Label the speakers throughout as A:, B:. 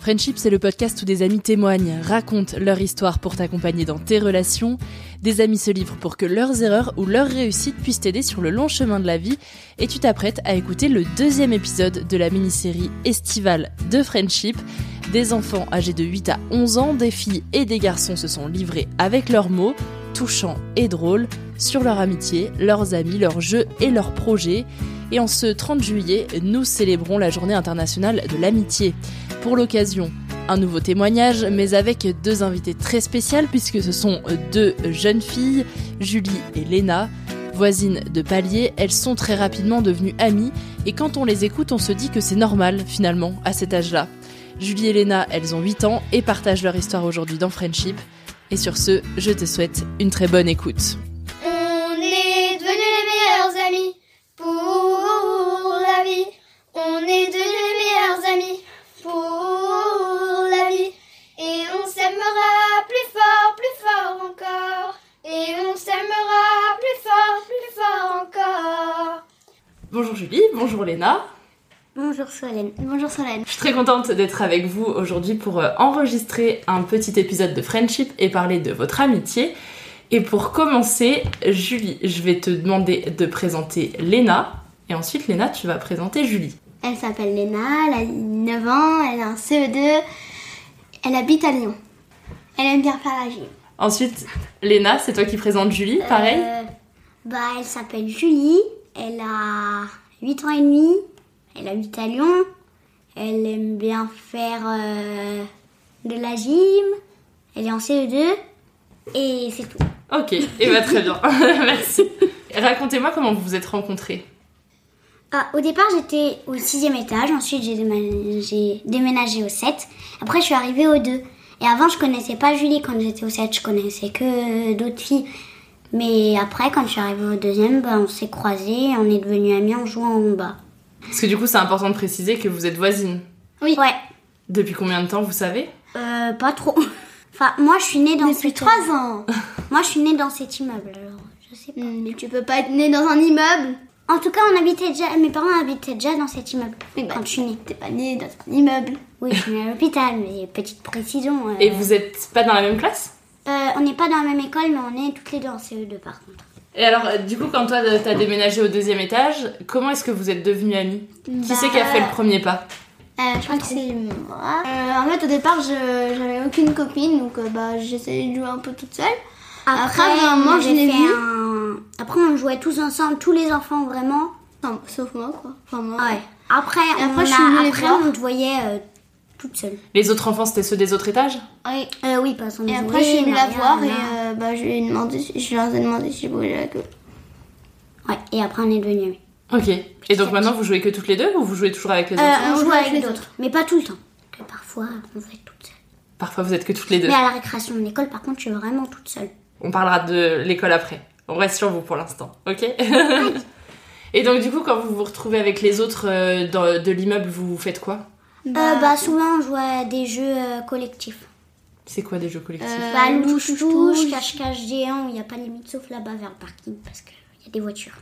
A: Friendship, c'est le podcast où des amis témoignent, racontent leur histoire pour t'accompagner dans tes relations. Des amis se livrent pour que leurs erreurs ou leurs réussites puissent t'aider sur le long chemin de la vie. Et tu t'apprêtes à écouter le deuxième épisode de la mini-série estivale de Friendship des enfants âgés de 8 à 11 ans, des filles et des garçons se sont livrés avec leurs mots, touchants et drôles, sur leur amitié, leurs amis, leurs jeux et leurs projets. Et en ce 30 juillet, nous célébrons la journée internationale de l'amitié. Pour l'occasion, un nouveau témoignage, mais avec deux invités très spéciales puisque ce sont deux jeunes filles, Julie et Léna. Voisines de palier, elles sont très rapidement devenues amies et quand on les écoute, on se dit que c'est normal finalement à cet âge-là. Julie et Léna, elles ont 8 ans et partagent leur histoire aujourd'hui dans Friendship. Et sur ce, je te souhaite une très bonne écoute.
B: On est devenus les meilleurs amis pour la vie. On est devenus les meilleurs amis pour la vie. Et on s'aimera plus fort, plus fort encore. Et on s'aimera plus fort, plus fort encore.
A: Bonjour Julie, bonjour Léna.
B: Bonjour Solène. Bonjour Solène.
A: Je suis très contente d'être avec vous aujourd'hui pour euh, enregistrer un petit épisode de Friendship et parler de votre amitié. Et pour commencer, Julie, je vais te demander de présenter Léna. Et ensuite, Léna, tu vas présenter Julie.
B: Elle s'appelle Léna, elle a 9 ans, elle a un CE2, elle habite à Lyon. Elle aime bien faire la gym.
A: Ensuite, Léna, c'est toi qui présentes Julie, pareil
B: Euh, Bah, elle s'appelle Julie, elle a 8 ans et demi, elle habite à Lyon, elle aime bien faire euh, de la gym, elle est en CE2, et c'est tout.
A: Ok, et bah très bien, merci. Racontez-moi comment vous vous êtes rencontrés.
B: Ah, au départ, j'étais au sixième étage, ensuite j'ai déménagé, j'ai déménagé au 7. Après, je suis arrivée au 2. Et avant, je connaissais pas Julie quand j'étais au 7, je connaissais que euh, d'autres filles. Mais après, quand je suis arrivée au deuxième, bah, on s'est croisés, on est devenus amis en jouant en bas.
A: Parce que du coup, c'est important de préciser que vous êtes voisines.
B: Oui. Ouais,
A: Depuis combien de temps, vous savez
B: euh, pas trop. Enfin, moi, je suis née dans Depuis 3 ans Moi, je suis née dans cet immeuble, alors je sais pas.
C: Mais Hmm, tu peux pas être né dans un immeuble.
B: En tout cas, on habitait déjà, mes parents habitaient déjà dans cet immeuble quand je suis née.
C: T'es pas né dans un immeuble.
B: Oui, je suis née à l'hôpital, mais petite précision. euh,
A: Et vous êtes pas dans la même classe
B: Euh, on n'est pas dans la même école, mais on est toutes les deux en CE2 par contre.
A: Et alors, euh, du coup, quand toi, euh, t'as déménagé au deuxième étage, comment est-ce que vous êtes devenus amis Qui c'est qui a fait le premier pas
C: Euh, je crois que c'est moi. Euh, en fait, au départ, je- j'avais aucune copine, donc euh, bah, j'essayais de jouer un peu toute seule. Après, vraiment,
B: on
C: je
B: avait
C: l'ai
B: fait
C: vu.
B: un- Après, on jouait tous ensemble, tous les enfants vraiment.
C: Enfin, sauf moi, quoi. Enfin, moi.
B: Ah Après,
C: Et
B: on,
C: après, je
B: a-
C: suis venue les
B: après,
C: voir.
B: on te voyait euh, toute seule.
A: Les autres enfants, c'était ceux des autres étages
C: Ouais.
B: Euh, oui, parce qu'on
C: Et
B: jouait,
C: après, je suis venue la
B: Maria,
C: voir et
B: Anna.
C: euh, bah, je, lui ai demandé, si- je leur ai demandé si je voulais la queue.
B: Ouais, et après, on est devenus amis.
A: Ok. Et donc maintenant, vous jouez que toutes les deux ou vous jouez toujours avec les
B: Euh,
A: autres
B: on, jouait avec d'autres, mais pas tout le temps. Parce que parfois, on jouait toute seule.
A: Parfois, vous êtes que toutes les deux.
B: Mais à la récréation de l'école, par contre, je suis vraiment toute seule.
A: On parlera de l'école après. On reste sur vous pour l'instant, ok Et donc du coup, quand vous vous retrouvez avec les autres euh, dans- de l'immeuble, vous faites quoi
B: Euh, bah, souvent, on jouait à des jeux euh, collectifs.
A: C'est quoi des jeux collectifs
C: Euh,
B: Bah, louche, touche,
C: touche.
B: cache-cache géant, il n'y a pas de limite sauf là-bas vers le parking parce qu'il y a des voitures.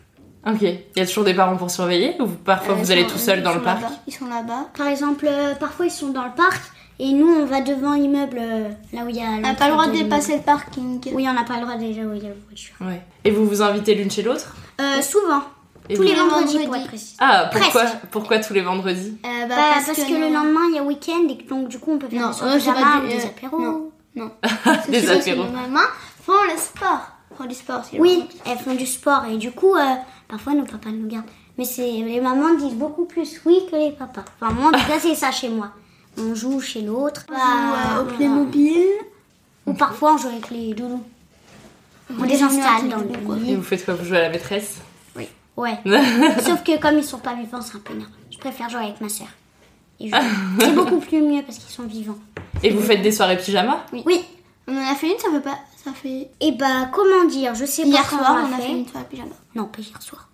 A: Ok. Il y a toujours des parents pour surveiller ou vous- parfois
C: Euh,
A: vous
C: ils
A: allez
C: sont-
A: tout seul
C: ils
A: dans
C: sont
A: le parc
C: là-bas. Ils sont là-bas.
B: Par exemple, euh, parfois ils sont dans le parc Et nous, on va devant l'immeuble, euh, là où il y a.
C: On n'a pas le droit de
B: l'immeuble.
C: dépasser le parking.
B: Oui, on n'a pas le droit déjà où il y a le voiture.
A: Ouais. Et vous vous invitez l'une chez l'autre
B: Euh, souvent.
A: Et
B: Tous
A: vous-
B: les vendredis, pour
C: vendredis.
B: être précis.
A: Ah, pourquoi,
B: Presque.
A: pourquoi tous les vendredis
C: Euh, bah,
B: Bah, parce, que, le
C: non.
B: lendemain, il y a week-end et que donc du coup, on peut faire
C: Non,
B: des
C: euh, j'aurais
B: pyjamas
C: dû-
B: ou des
C: euh,
B: apéros.
C: non. Non.
A: Des
C: Parce que
A: apéros.
C: Maman font le sport. Font du sport, c'est
B: Oui, elles font du sport et du coup, euh, parfois nos papas nous gardent. Mais c'est les mamans disent beaucoup plus oui que les papas. Enfin, moi, en tout cas, c'est ça chez moi. On joue euh, chez l'autre.
C: Bah,
B: voilà.
C: au Playmobil.
B: Ou parfois, on joue avec les doudous. On les installe dans le
A: Et
B: lit.
A: vous faites quoi Vous jouez à la maîtresse
B: Oui. Ouais. Sauf que comme ils sont pas vivants, c'est un peu énervant. Je préfère jouer avec ma sœur. Et jouer. C'est beaucoup plus mieux parce qu'ils sont vivants.
A: Et vous faites des soirées pyjama
B: Oui.
C: On en a fait une, ça fait pas. Ça fait.
B: Et bah, comment dire Je sais pas
C: Hier
B: quand
C: soir,
B: on l'a fait.
C: une soirée pyjama.
B: Non, pas hier soir.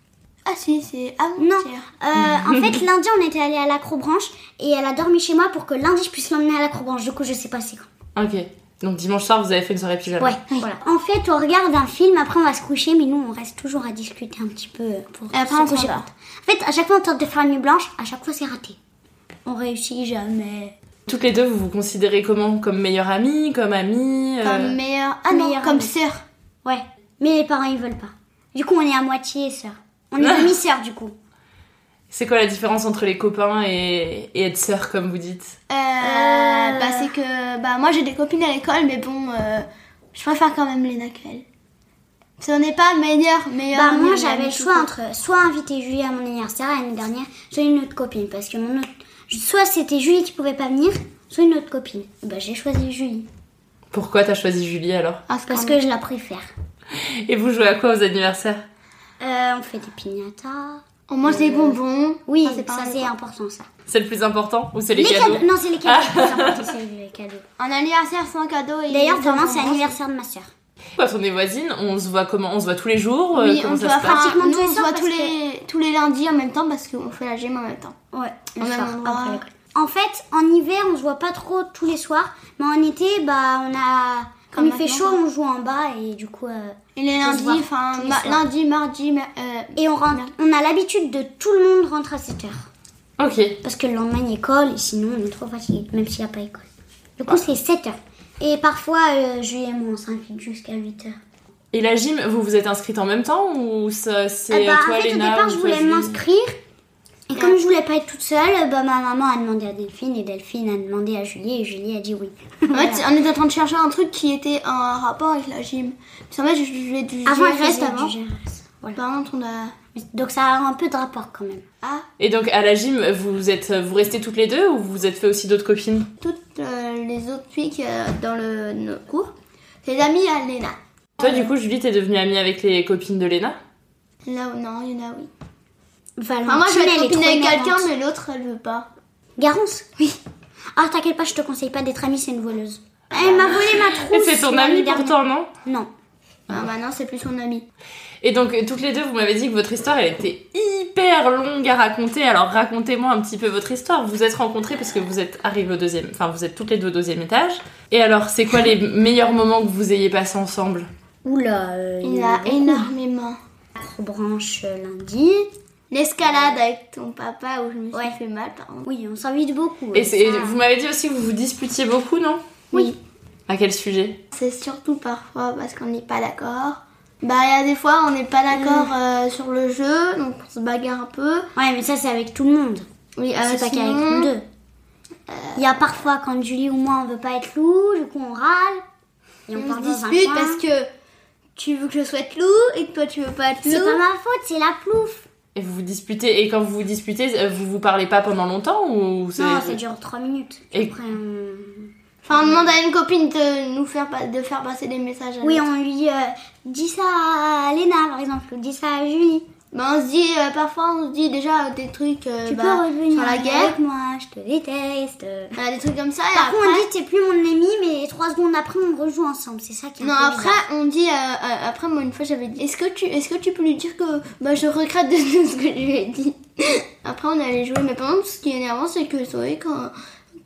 C: Ah si, c'est
B: Non.
C: avant-hier.
B: Euh, en fait, lundi, on était allé à l'acrobranche et elle a dormi chez moi pour que lundi, je puisse l'emmener à l'acrobranche. Du coup, je sais pas c'est quand.
A: Ok. Donc dimanche soir, vous avez fait une soirée pyjama
B: Ouais, voilà. En fait, on regarde un film, après, on va se coucher, mais nous, on reste toujours à discuter un petit peu euh, pour
C: Et après,
B: se
C: on
B: coucher.
C: s'en va.
B: En fait, à chaque fois, on tente de faire une nuit blanche, à chaque fois, c'est raté. On réussit jamais.
A: Toutes les deux, vous vous considérez comment Comme meilleure amie Comme amie euh,
C: Comme meilleur. Ah non,
B: Meilleure
C: comme
B: amie.
C: sœur.
B: Ouais, mais les parents, ils veulent pas. Du coup, on est à moitié sœur. On est demi-sœur, du coup.
A: C'est quoi la différence entre les copains et, et être sœur, comme vous dites
C: Euh, Bah c'est que. Bah moi j'ai des copines à l'école, mais bon, euh, je préfère quand même Léna qu'elle. Si on n'est pas meilleur, meilleur.
B: Bah, moi, j'avais le choix entre soit inviter Julie à mon anniversaire l'année dernière, soit une autre copine. Parce que mon autre. Soit c'était Julie qui pouvait pas venir, soit une autre copine. Bah, j'ai choisi Julie.
A: Pourquoi t'as choisi Julie alors
B: Parce que je la préfère.
A: Et vous jouez à quoi aux anniversaires
B: Euh, on fait des pignatas.
C: On mange des bonbons.
B: Oui,
C: Ah, c'est
B: ça
C: pareil,
B: c'est
C: quoi.
B: important ça.
A: C'est le plus important Ou c'est les cadeaux Ah.
B: Non, c'est les cadeaux. c'est important, c'est les cadeaux.
C: Un anniversaire sans cadeau. et-
B: D'ailleurs, demain c'est
C: Bonbons.
B: l'anniversaire de ma soeur.
A: Quand on est voisines, on se voit comment On se voit tous les jours euh,
C: Oui,
A: Comment
C: on se
A: ça
C: voit
A: se passe
B: Pratiquement
C: pratiquement
B: tous les
C: tous,
B: soirs
C: tous
B: parce
C: les tous les lundis en même temps parce qu'on fait la gym en même temps.
B: Ouais, le
C: En même
B: soir,
C: endroit.
B: après l'école. En fait, en hiver, on se voit pas trop tous les soirs, mais en été, bah, on a. Comme
C: Comme
B: il fait chaud,
C: maintenant,
B: on joue en bas et du coup. euh,
C: Et les
B: On se voit
C: lundis, enfin
B: tous les
C: ma-
B: soirs.
C: lundi, mardi, ma- euh,
B: Et on rentre. On a l'habitude de tout le monde rentre à 7 heures.
A: Ok.
B: Parce que le lendemain, il y a école, et sinon, on est trop fatigué, même s'il n'y a pas école. Du
A: Ah.
B: coup, c'est 7 heures. Et parfois, euh, Julie et moi, on s'invite jusqu'à 8 heures.
A: Et la gym, vous vous êtes inscrite en même temps ou ça c'est
B: Euh, bah,
A: euh,
B: en
A: toi,
B: fait, au
A: Léna
B: départ,
A: ou
B: je
A: toi,
B: voulais
A: Julie
B: m'inscrire. Et comme je voulais pas être toute seule, euh, bah, ma maman a demandé à Delphine, et Delphine a demandé à Julie, et Julie a dit oui.
C: En fait, on était en train de chercher un truc qui était en rapport avec la gym. Puis en fait, je je voulais du
B: Avant, elle
C: GRS
B: faisait
C: avant.
B: du GRS. Voilà.
C: Par contre, on a.
B: Donc, ça a un peu de rapport quand même.
C: Ah,
A: Et donc à la gym, vous êtes vous restez toutes les deux ou vous vous êtes fait aussi d'autres copines
C: toutes euh, les autres filles qui, euh, dans le nos cours, c'est les amies à Léna.
A: Toi du coup, Julie, t'es devenue amie avec les copines de Léna
C: Là, non, il y en a, oui.
B: Valentine,
C: Enfin, moi, je vais
B: elle
C: être
B: est
C: copine
B: trop
C: avec
B: énervante.
C: quelqu'un, mais l'autre, elle veut pas.
B: Garance Oui. Ah, t'inquiète pas, je te conseille pas d'être amie, c'est une voleuse. Elle m'a volé ma
A: Et
B: trousse.
A: c'est ton
B: l'année
A: amie
B: dernière.
A: pourtant, non
B: Non.
C: Ah, maintenant, c'est plus son amie.
A: Et donc euh, toutes les deux, vous m'avez dit que votre histoire elle était hyper longue à raconter. Alors racontez-moi un petit peu votre histoire. Vous êtes rencontrées parce que vous êtes arrivées au deuxième, enfin vous êtes toutes les deux au deuxième étage. Et alors, c'est quoi les meilleurs moments que vous ayez passés ensemble
B: Oula, euh,
C: Il y en a énormément.
B: branche euh, lundi.
C: L'escalade avec ton papa où je me suis
B: Ouais.
C: fait mal, par contre.
B: Oui, on s'invite beaucoup. euh,
A: Et c'est-
B: ça.
A: vous m'avez dit aussi que vous vous disputiez beaucoup, non
C: Oui.
A: À quel sujet
C: C'est surtout parfois parce qu'on n'est pas d'accord. Bah, il y a des fois, on n'est pas d'accord
B: Mm.
C: euh, sur le jeu, donc on se bagarre un peu.
B: Ouais, mais ça, c'est avec tout le monde.
C: Oui, euh,
B: c'est pas qu'avec
C: sinon-
B: nous deux. euh, Il y a parfois quand Julie ou moi on veut pas être loup, du coup on râle. Et on,
C: On,
B: part
C: se
B: dans un
C: dispute
B: coin.
C: parce que tu veux que je sois loup et que toi tu veux pas être
B: C'est pas
C: loup.
B: ma faute, c'est la plouf.
A: Et vous vous disputez, et quand vous vous disputez, euh, vous vous parlez pas pendant longtemps ou c'est...
B: Non, ça dure 3 minutes.
A: Et-
B: Après, on...
C: Euh, Enfin, on demande à une copine de nous faire, pa- de faire passer des messages à
B: Oui,
C: l'autre.
B: on lui dit euh, dis ça à Léna par exemple, ou dis ça à Julie.
C: Bah, on se dit, euh, parfois on se dit déjà euh, des trucs euh,
B: tu
C: bah,
B: peux revenir
C: sur la guerre,
B: avec moi, je te déteste.
C: euh, des trucs comme ça. et
B: Par contre, on
C: après,
B: dit t'es plus mon ami, mais trois secondes après on rejoue ensemble. C'est ça qui est un
C: non,
B: peu
C: après
B: bizarre.
C: on dit, euh, euh, après moi une fois j'avais dit, est-ce que tu, est-ce que tu peux lui dire que bah je regrette de tout ce que je lui ai dit. après on allait jouer, mais par contre ce qui est énervant c'est que Zoé quand,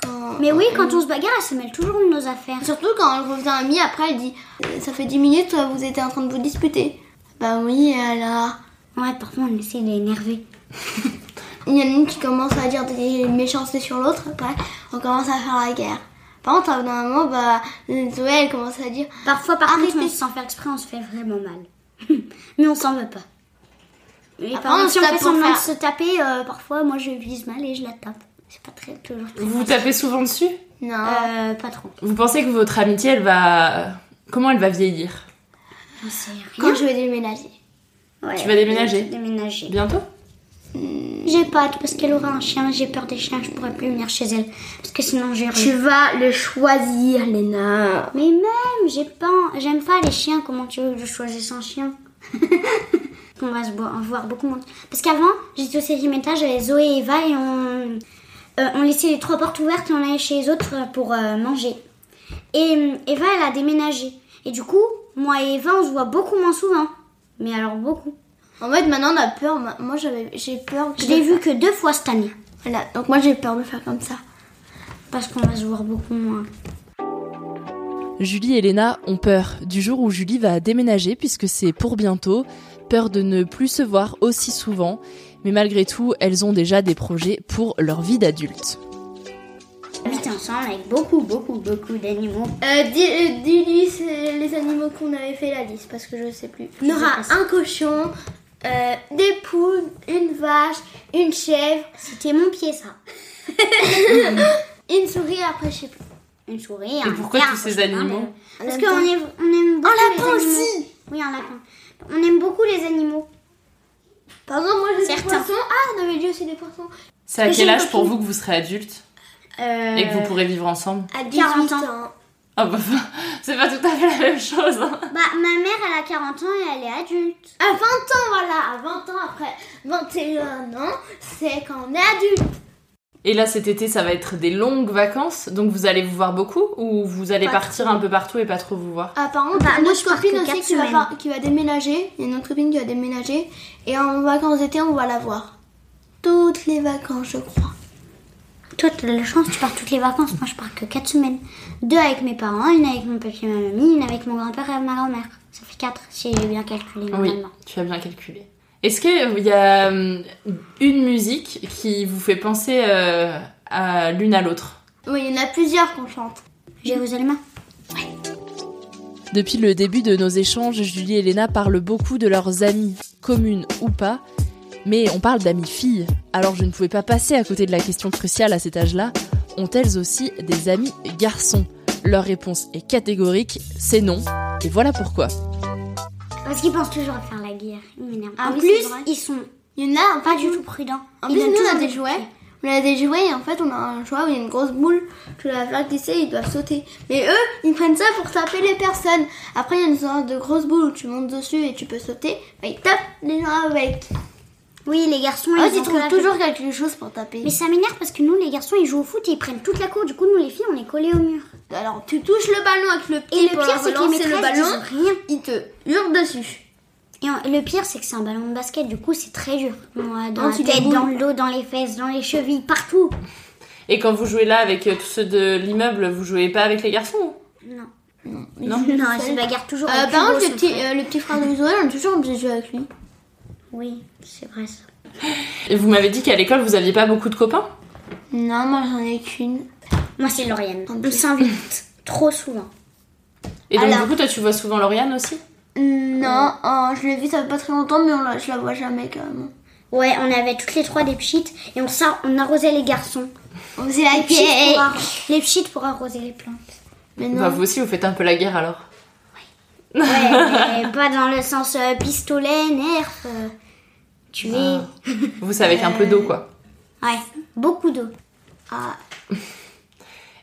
C: quand
B: Mais oui, quand on se bagarre, elle se mêle toujours de nos affaires.
C: Surtout quand elle revient amie, après elle dit Euh, Ça fait 10 minutes, euh, vous étiez en train de vous disputer. Bah oui, alors.
B: Ouais, parfois on essaie de l'énerver. Il y en a une qui commence à dire des méchancetés sur l'autre, après on commence à faire la guerre. Par contre, à un moment, bah,
C: euh,
B: Zoé, elle commence à dire
C: Parfois, par
B: Arrêtez.
C: contre, on- sans faire exprès, on se fait vraiment mal. Mais on s'en veut pas. Et
B: Ah,
C: par
B: on
C: contre,
B: se
C: si on
B: tape
C: fait
B: pour
C: semblant de
B: faire-
C: se taper, euh, parfois, moi, je vise mal et je la tape. C'est pas très, toujours
B: Euh,
C: très...
A: Vous vous tapez souvent dessus
B: Non.
C: Euh, pas trop.
A: Vous pensez que votre amitié, elle va. Comment elle va vieillir
C: On sait Ah, rien.
B: Quand je vais déménager.
C: Ouais,
A: Tu vas déménager
C: je vais Déménager.
A: Bientôt
B: J'ai pas hâte parce qu'elle aura un chien. J'ai peur des chiens. Je pourrais plus venir chez elle parce que sinon j'ai.
C: Tu vas le choisir, Léna.
B: Mais même, j'ai pas. J'aime pas les chiens. Comment tu veux que je choisisse un chien On va se bo- voir beaucoup moins. Parce qu'avant, j'étais au septième étage avec Zoé et Eva et on, euh, on laissait les trois portes ouvertes et on allait chez les autres pour euh, manger. Et euh, Eva, elle a déménagé. Et du coup, moi et Eva, on se voit beaucoup moins souvent. Mais alors beaucoup.
C: En fait, maintenant, on a peur. Ma- Moi, j'avais, j'ai peur.
B: Je l'ai vu que deux fois cette année.
C: Voilà. Donc, moi, j'ai peur de faire comme ça.
B: Parce qu'on va se voir beaucoup moins.
A: Julie et Léna ont peur du jour où Julie va déménager puisque c'est pour bientôt, peur de ne plus se voir aussi souvent, mais malgré tout, elles ont déjà des projets pour leur vie d'adulte.
C: Habiter ensemble avec beaucoup, beaucoup, beaucoup d'animaux.
B: Euh, dis, euh, dis-lui c'est les animaux qu'on avait fait la liste parce que je sais plus.
C: On aura
B: un cochon,
C: Euh,
B: des poules, une vache, une chèvre. C'était mon pied ça. une souris après je sais plus.
C: Une souris,
A: Et pourquoi tous ces animaux
B: Parce
C: Parce
B: qu'on
C: qu'on est...
B: aime, on aime beaucoup
C: Un
B: les
C: lapin
B: animaux.
C: aussi.
B: Oui un lapin. On aime beaucoup les animaux.
C: Par exemple, moi, j'ai des
B: Certains.
C: poissons. Ah, non, mais lui aussi des poissons.
A: C'est à
C: Parce que
A: quel
C: j'ai une
A: âge pour
C: copine.
A: vous que vous serez adulte
C: Euh,
A: et que vous pourrez vivre ensemble
C: À 18
B: 40
C: ans.
A: Ah bah, c'est pas tout à fait la même chose. hein.
B: Bah ma mère elle a 40 ans et elle est adulte.
C: À 20 ans, voilà. À 20 ans, après 21 ans, c'est quand on est adulte.
A: Et là, cet été, ça va être des longues vacances, donc vous allez vous voir beaucoup ou vous allez
C: Pas
A: partir un peu partout et pas trop vous voir
C: Ah, par contre,
B: Bah,
C: il y a
B: moi,
C: une
B: je
C: autre
B: pars que
C: copine
B: quatre
C: aussi qui va,
B: semaines.
C: par- qui va déménager. Il y a une autre copine qui va déménager. Et en vacances d'été, on va la voir. Toutes les vacances, je crois.
B: Toi t'as de la chance tu pars toutes les vacances. Moi je pars que 4 semaines. Deux avec mes parents, une avec mon papier et ma mamie, une avec mon grand-père et ma grand-mère. Ça fait 4 si j'ai bien calculé
A: Oui,
B: normalement.
A: tu as bien calculé. Est-ce qu'il y a hum, une musique qui vous fait penser euh, à l'une à l'autre
C: Oui, il y en a plusieurs qu'on chante.
B: Jérusalem.
A: Depuis le début de nos échanges, Julie et Léna parlent beaucoup de leurs amies, communes ou pas, mais on parle d'amies filles, alors je ne pouvais pas passer à côté de la question cruciale à cet âge-là. Ont-elles aussi des amis garçons Leur réponse est catégorique, c'est non, et voilà pourquoi.
B: Parce qu'ils pensent toujours à faire la guerre. Ils m'énervent.
C: Ah
B: en
C: oui,
B: plus,
C: c'est vrai.
B: ils sont
C: Il y en a un hein.
B: pas
C: peu-
B: du tout prudents.
C: En
B: Ils
C: plus,
B: donnent
C: nous, on a
B: toujours
C: des
B: des
C: jouets.
B: coups.
C: On a des jouets et en fait, on a un jouet où il y a une grosse boule. Tu la faire glisser, ils doivent sauter. Mais eux, ils prennent ça pour taper les personnes. Après, il y a une sorte de grosse boule où tu montes dessus et tu peux sauter. Bah, ils tapent les gens avec.
B: Oui, les garçons,
C: En fait,
B: ils
C: ils
B: ont que
C: trouvent
B: la
C: toujours
B: coupe.
C: quelque chose pour taper.
B: Mais ça m'énerve parce que nous, les garçons, ils jouent au foot et ils prennent toute la cour. Du coup, nous, les filles, on est collés au mur.
C: Alors, tu touches le ballon avec le
B: Et
C: pied
B: le
C: pour
B: pire, c'est que les
C: relancer le
B: maîtresses
C: ballon,
B: disent rien.
C: ils te hurlent dessus.
B: Et en- le pire, c'est que c'est un ballon de basket. Du coup, c'est très dur. Moi, dans
C: Non,
B: la
C: tu les
B: tête,
C: boules.
B: dans le dos, dans les fesses, dans les chevilles, partout.
A: Et quand vous jouez là avec euh, tous ceux de l'immeuble, vous jouez pas avec les garçons
B: Non.
A: Non.
B: Non, ils se bagarrent toujours.
C: Euh,
B: avec
C: par
B: Hugo,
C: contre, le
B: son
C: petit,
B: frère.
C: euh, le petit frère de Zoé, on est toujours obligé de jouer avec lui.
B: Oui, c'est vrai ça.
A: Et vous m'avez dit qu'à l'école, vous aviez pas beaucoup de copains
C: Non, moi j'en ai qu'une.
B: Moi, c'est Lauriane.
C: En
B: On
C: plus.
B: s'invite trop souvent.
A: Et donc,
C: Alors-
A: du coup, toi, tu vois souvent Lauriane aussi
C: Non, oh, je l'ai vue ça fait pas très longtemps, mais on la- je la vois jamais quand même.
B: Ouais, on avait toutes les trois des pchites et on, sort, on arrosait les garçons.
C: On faisait la
B: Les pchites, pour,
C: guerre.
B: ar- les pchites pour arroser les plantes.
C: Mais non.
A: Bah, vous aussi, vous faites un peu la guerre alors.
B: Ouais, mais pas dans le sens euh, pistolet, nerf, euh, tuer.
A: Vous savez avec un peu d'eau, quoi.
B: Ouais, beaucoup d'eau.
C: Ah,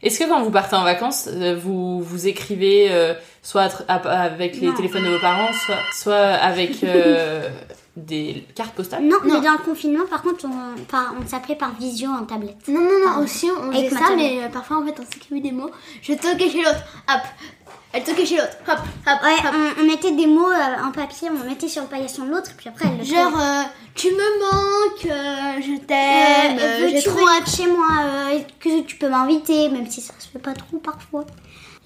A: Est-ce que quand vous partez en vacances, euh, vous vous écrivez euh, soit à tr- à- avec les
B: Non.
A: téléphones de vos parents, soit, soit avec euh, des cartes postales
B: Non, mais dans le confinement, par contre, on, euh, par- on s'appelait par visio en tablette.
C: non, non, non,
B: Pardon.
C: aussi on faisait
B: Avec ma
C: ça,
B: tablette.
C: mais euh, parfois en fait on s'écrivait des mots. Je toquais chez l'autre, hop. Elle toquait chez l'autre, hop, hop,
B: Ouais,
C: hop.
B: on, on mettait des mots euh, en papier, on mettait sur le paillasson de l'autre, puis après, elle le
C: Genre, euh, tu me manques, euh, je
B: Euh,
C: t'aime, euh, j'ai
B: veux-tu
C: trop hâte.
B: venir chez moi euh, Est-ce que tu peux m'inviter Même si ça se fait pas trop parfois.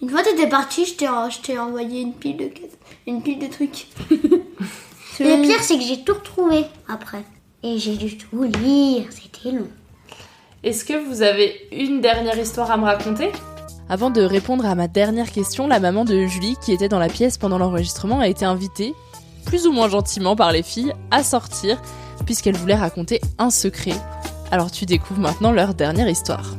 C: Une fois t'étais partie, je t'ai en- je t'ai envoyé une pile de cases- une pile de trucs.
B: Le pire, c'est que j'ai tout retrouvé après. Et j'ai dû tout lire, c'était long.
A: Est-ce que vous avez une dernière histoire à me raconter Avant de répondre à ma dernière question, la maman de Julie, qui était dans la pièce pendant l'enregistrement, a été invitée, plus ou moins gentiment par les filles, à sortir, puisqu'elle voulait raconter un secret. Alors tu découvres maintenant leur dernière histoire.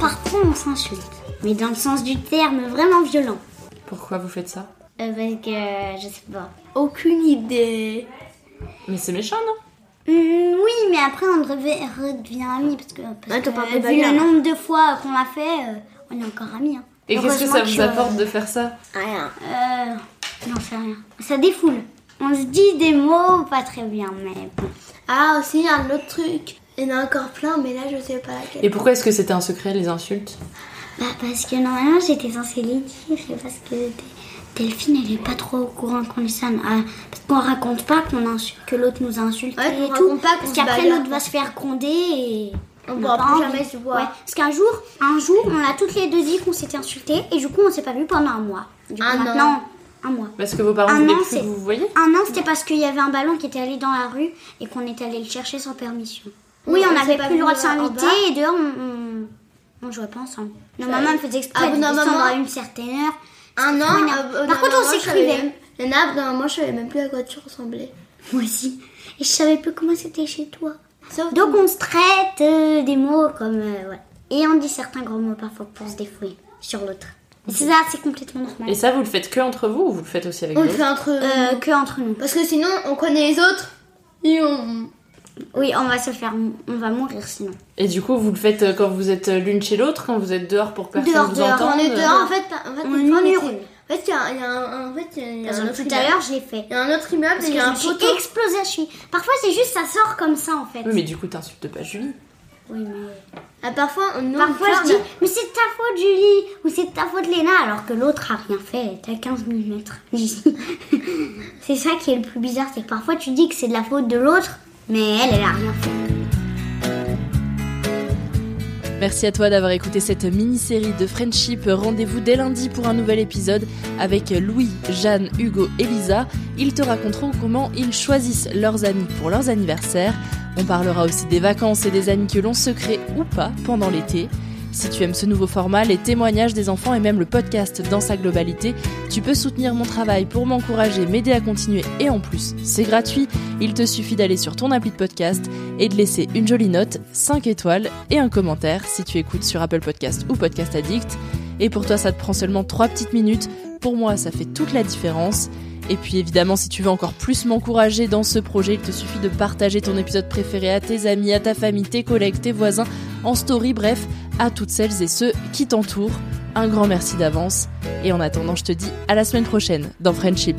B: Parfois on s'insulte, mais dans le sens du terme vraiment violent.
A: Pourquoi vous faites ça
B: Euh, parce que euh, je sais pas.
D: Aucune idée.
A: Mais c'est méchant, non
B: Hmm, oui, mais après on devait- redevient amis parce que, parce
D: Ouais, t'as
B: que,
D: pas
B: euh,
D: fait de
B: vu
D: bagarre.
B: le nombre de fois qu'on l'a fait, euh, on est encore amis. hein.
A: Et qu'est-ce que
B: Heureusement
A: ça vous
B: je-
A: apporte de faire ça
D: Rien.
B: Euh, j'en sais rien. Ça défoule. On se dit des mots pas très bien, mais bon.
D: Ah, aussi, un autre truc. Il y en a encore plein, mais là, je sais pas laquelle.
A: Et pourquoi est-ce que c'était un secret, les insultes
B: Bah, parce que normalement j'étais censée les dire, et parce que Dé- Delphine elle est pas trop au courant qu'on est ça. ah, parce qu'on raconte pas qu'on insulte, que l'autre nous insulte
D: Ouais, qu'on
B: et tout.
D: raconte pas qu'on
B: parce
D: se
B: qu'après
D: bagarre.
B: l'autre va se faire gronder et.
D: On
B: n'a
D: pourra
B: pas
D: plus
B: envie.
D: jamais se voir.
B: Ouais, parce qu'un jour, un jour, on a toutes les deux dit qu'on s'était insulté et du coup on s'est pas vu pendant un mois. Du coup,
D: Un an.
B: maintenant, un mois.
A: Parce que vos parents
B: Ah
A: voulaient
B: non,
A: plus
B: c'est-
A: que vous vous voyez
B: Un an, c'était parce qu'il y avait un ballon qui était allé dans la rue et qu'on est allé le chercher sans permission. Oui,
D: Ouais,
B: on
D: on
B: n'avait
D: s'est pas
B: plus le droit de
D: vu euh, en
B: s'inviter
D: bas.
B: et dehors, on, on, on jouait pas ensemble. Nos
D: Ça-
B: mamans me faisaient exprès
D: Ah,
B: de
D: bon, non,
B: descendre
D: maman.
B: à une certaine heure.
D: Un an.
B: Rien.
D: euh, euh,
B: Par
D: d'un
B: contre, on
D: moment, je
B: s'écrivait.
D: savais même- Il y en a, d'un moment, je savais même plus à quoi tu ressemblais.
B: Moi aussi. Et je savais plus comment c'était chez toi.
D: Sauf
B: Donc on se traite euh, des mots comme... euh, ouais. Et on dit certains gros mots parfois pour se défouler sur l'autre. Et c'est ça, c'est complètement
A: Et
B: normal.
A: ça, vous le faites que entre vous ou vous le faites aussi avec
D: on le
A: d'autres
D: fait entre.
B: Euh, que entre nous.
D: Parce que sinon, on connaît les autres. Et on.
B: Oui, on va se faire... mou- On va mourir sinon.
A: Et du coup, vous le faites euh, quand vous êtes euh, l'une chez l'autre, quand vous êtes dehors pour que personne
B: Dehors,
A: vous
B: dehors,
A: entende
D: On est dehors, en fait. En fait,
B: euh, On
D: une fois, on était-
B: hurle.
D: En fait, il y a, il y a un, en fait, il y a- il y a
B: Parce
D: un
B: que
D: autre
B: tout à
D: immeuble.
B: l'heure, je l'ai fait.
D: Il y a un autre immeuble,
B: Parce
D: et
B: que
D: il y a
B: je
D: un
B: me suis
D: poteau.
B: explosée, je suis... Parfois, c'est juste, ça sort comme ça, en fait.
A: Oui, mais du coup, t'insultes pas Julie.
B: Oui, mais-
D: Ah, parfois, on nous, on
B: Parfois,
D: ferme.
B: je dis, mais c'est de ta faute, Julie, ou c'est de ta faute, Léna, alors que l'autre a rien fait, t'as 15 000 mètres d'ici. c'est ça qui est le plus bizarre, c'est que parfois, tu dis que c'est de la faute de l'autre, mais elle, elle a rien fait.
A: Merci à toi d'avoir écouté cette mini-série de Friendship. Rendez-vous dès lundi pour un nouvel épisode avec Louis, Jeanne, Hugo et Lisa. Ils te raconteront comment ils choisissent leurs amis pour leurs anniversaires. On parlera aussi des vacances et des amis que l'on se crée ou pas pendant l'été. Si tu aimes ce nouveau format, les témoignages des enfants et même le podcast dans sa globalité, tu peux soutenir mon travail pour m'encourager, m'aider à continuer et en plus, c'est gratuit. Il te suffit d'aller sur ton appli de podcast et de laisser une jolie note, 5 étoiles et un commentaire si tu écoutes sur Apple Podcast ou Podcast Addict. Et pour toi, ça te prend seulement 3 petites minutes. Pour moi, ça fait toute la différence. Et puis évidemment, si tu veux encore plus m'encourager dans ce projet, il te suffit de partager ton épisode préféré à tes amis, à ta famille, tes collègues, tes voisins, en story, bref, à toutes celles et ceux qui t'entourent. Un grand merci d'avance. Et en attendant, je te dis à la semaine prochaine dans Friendship.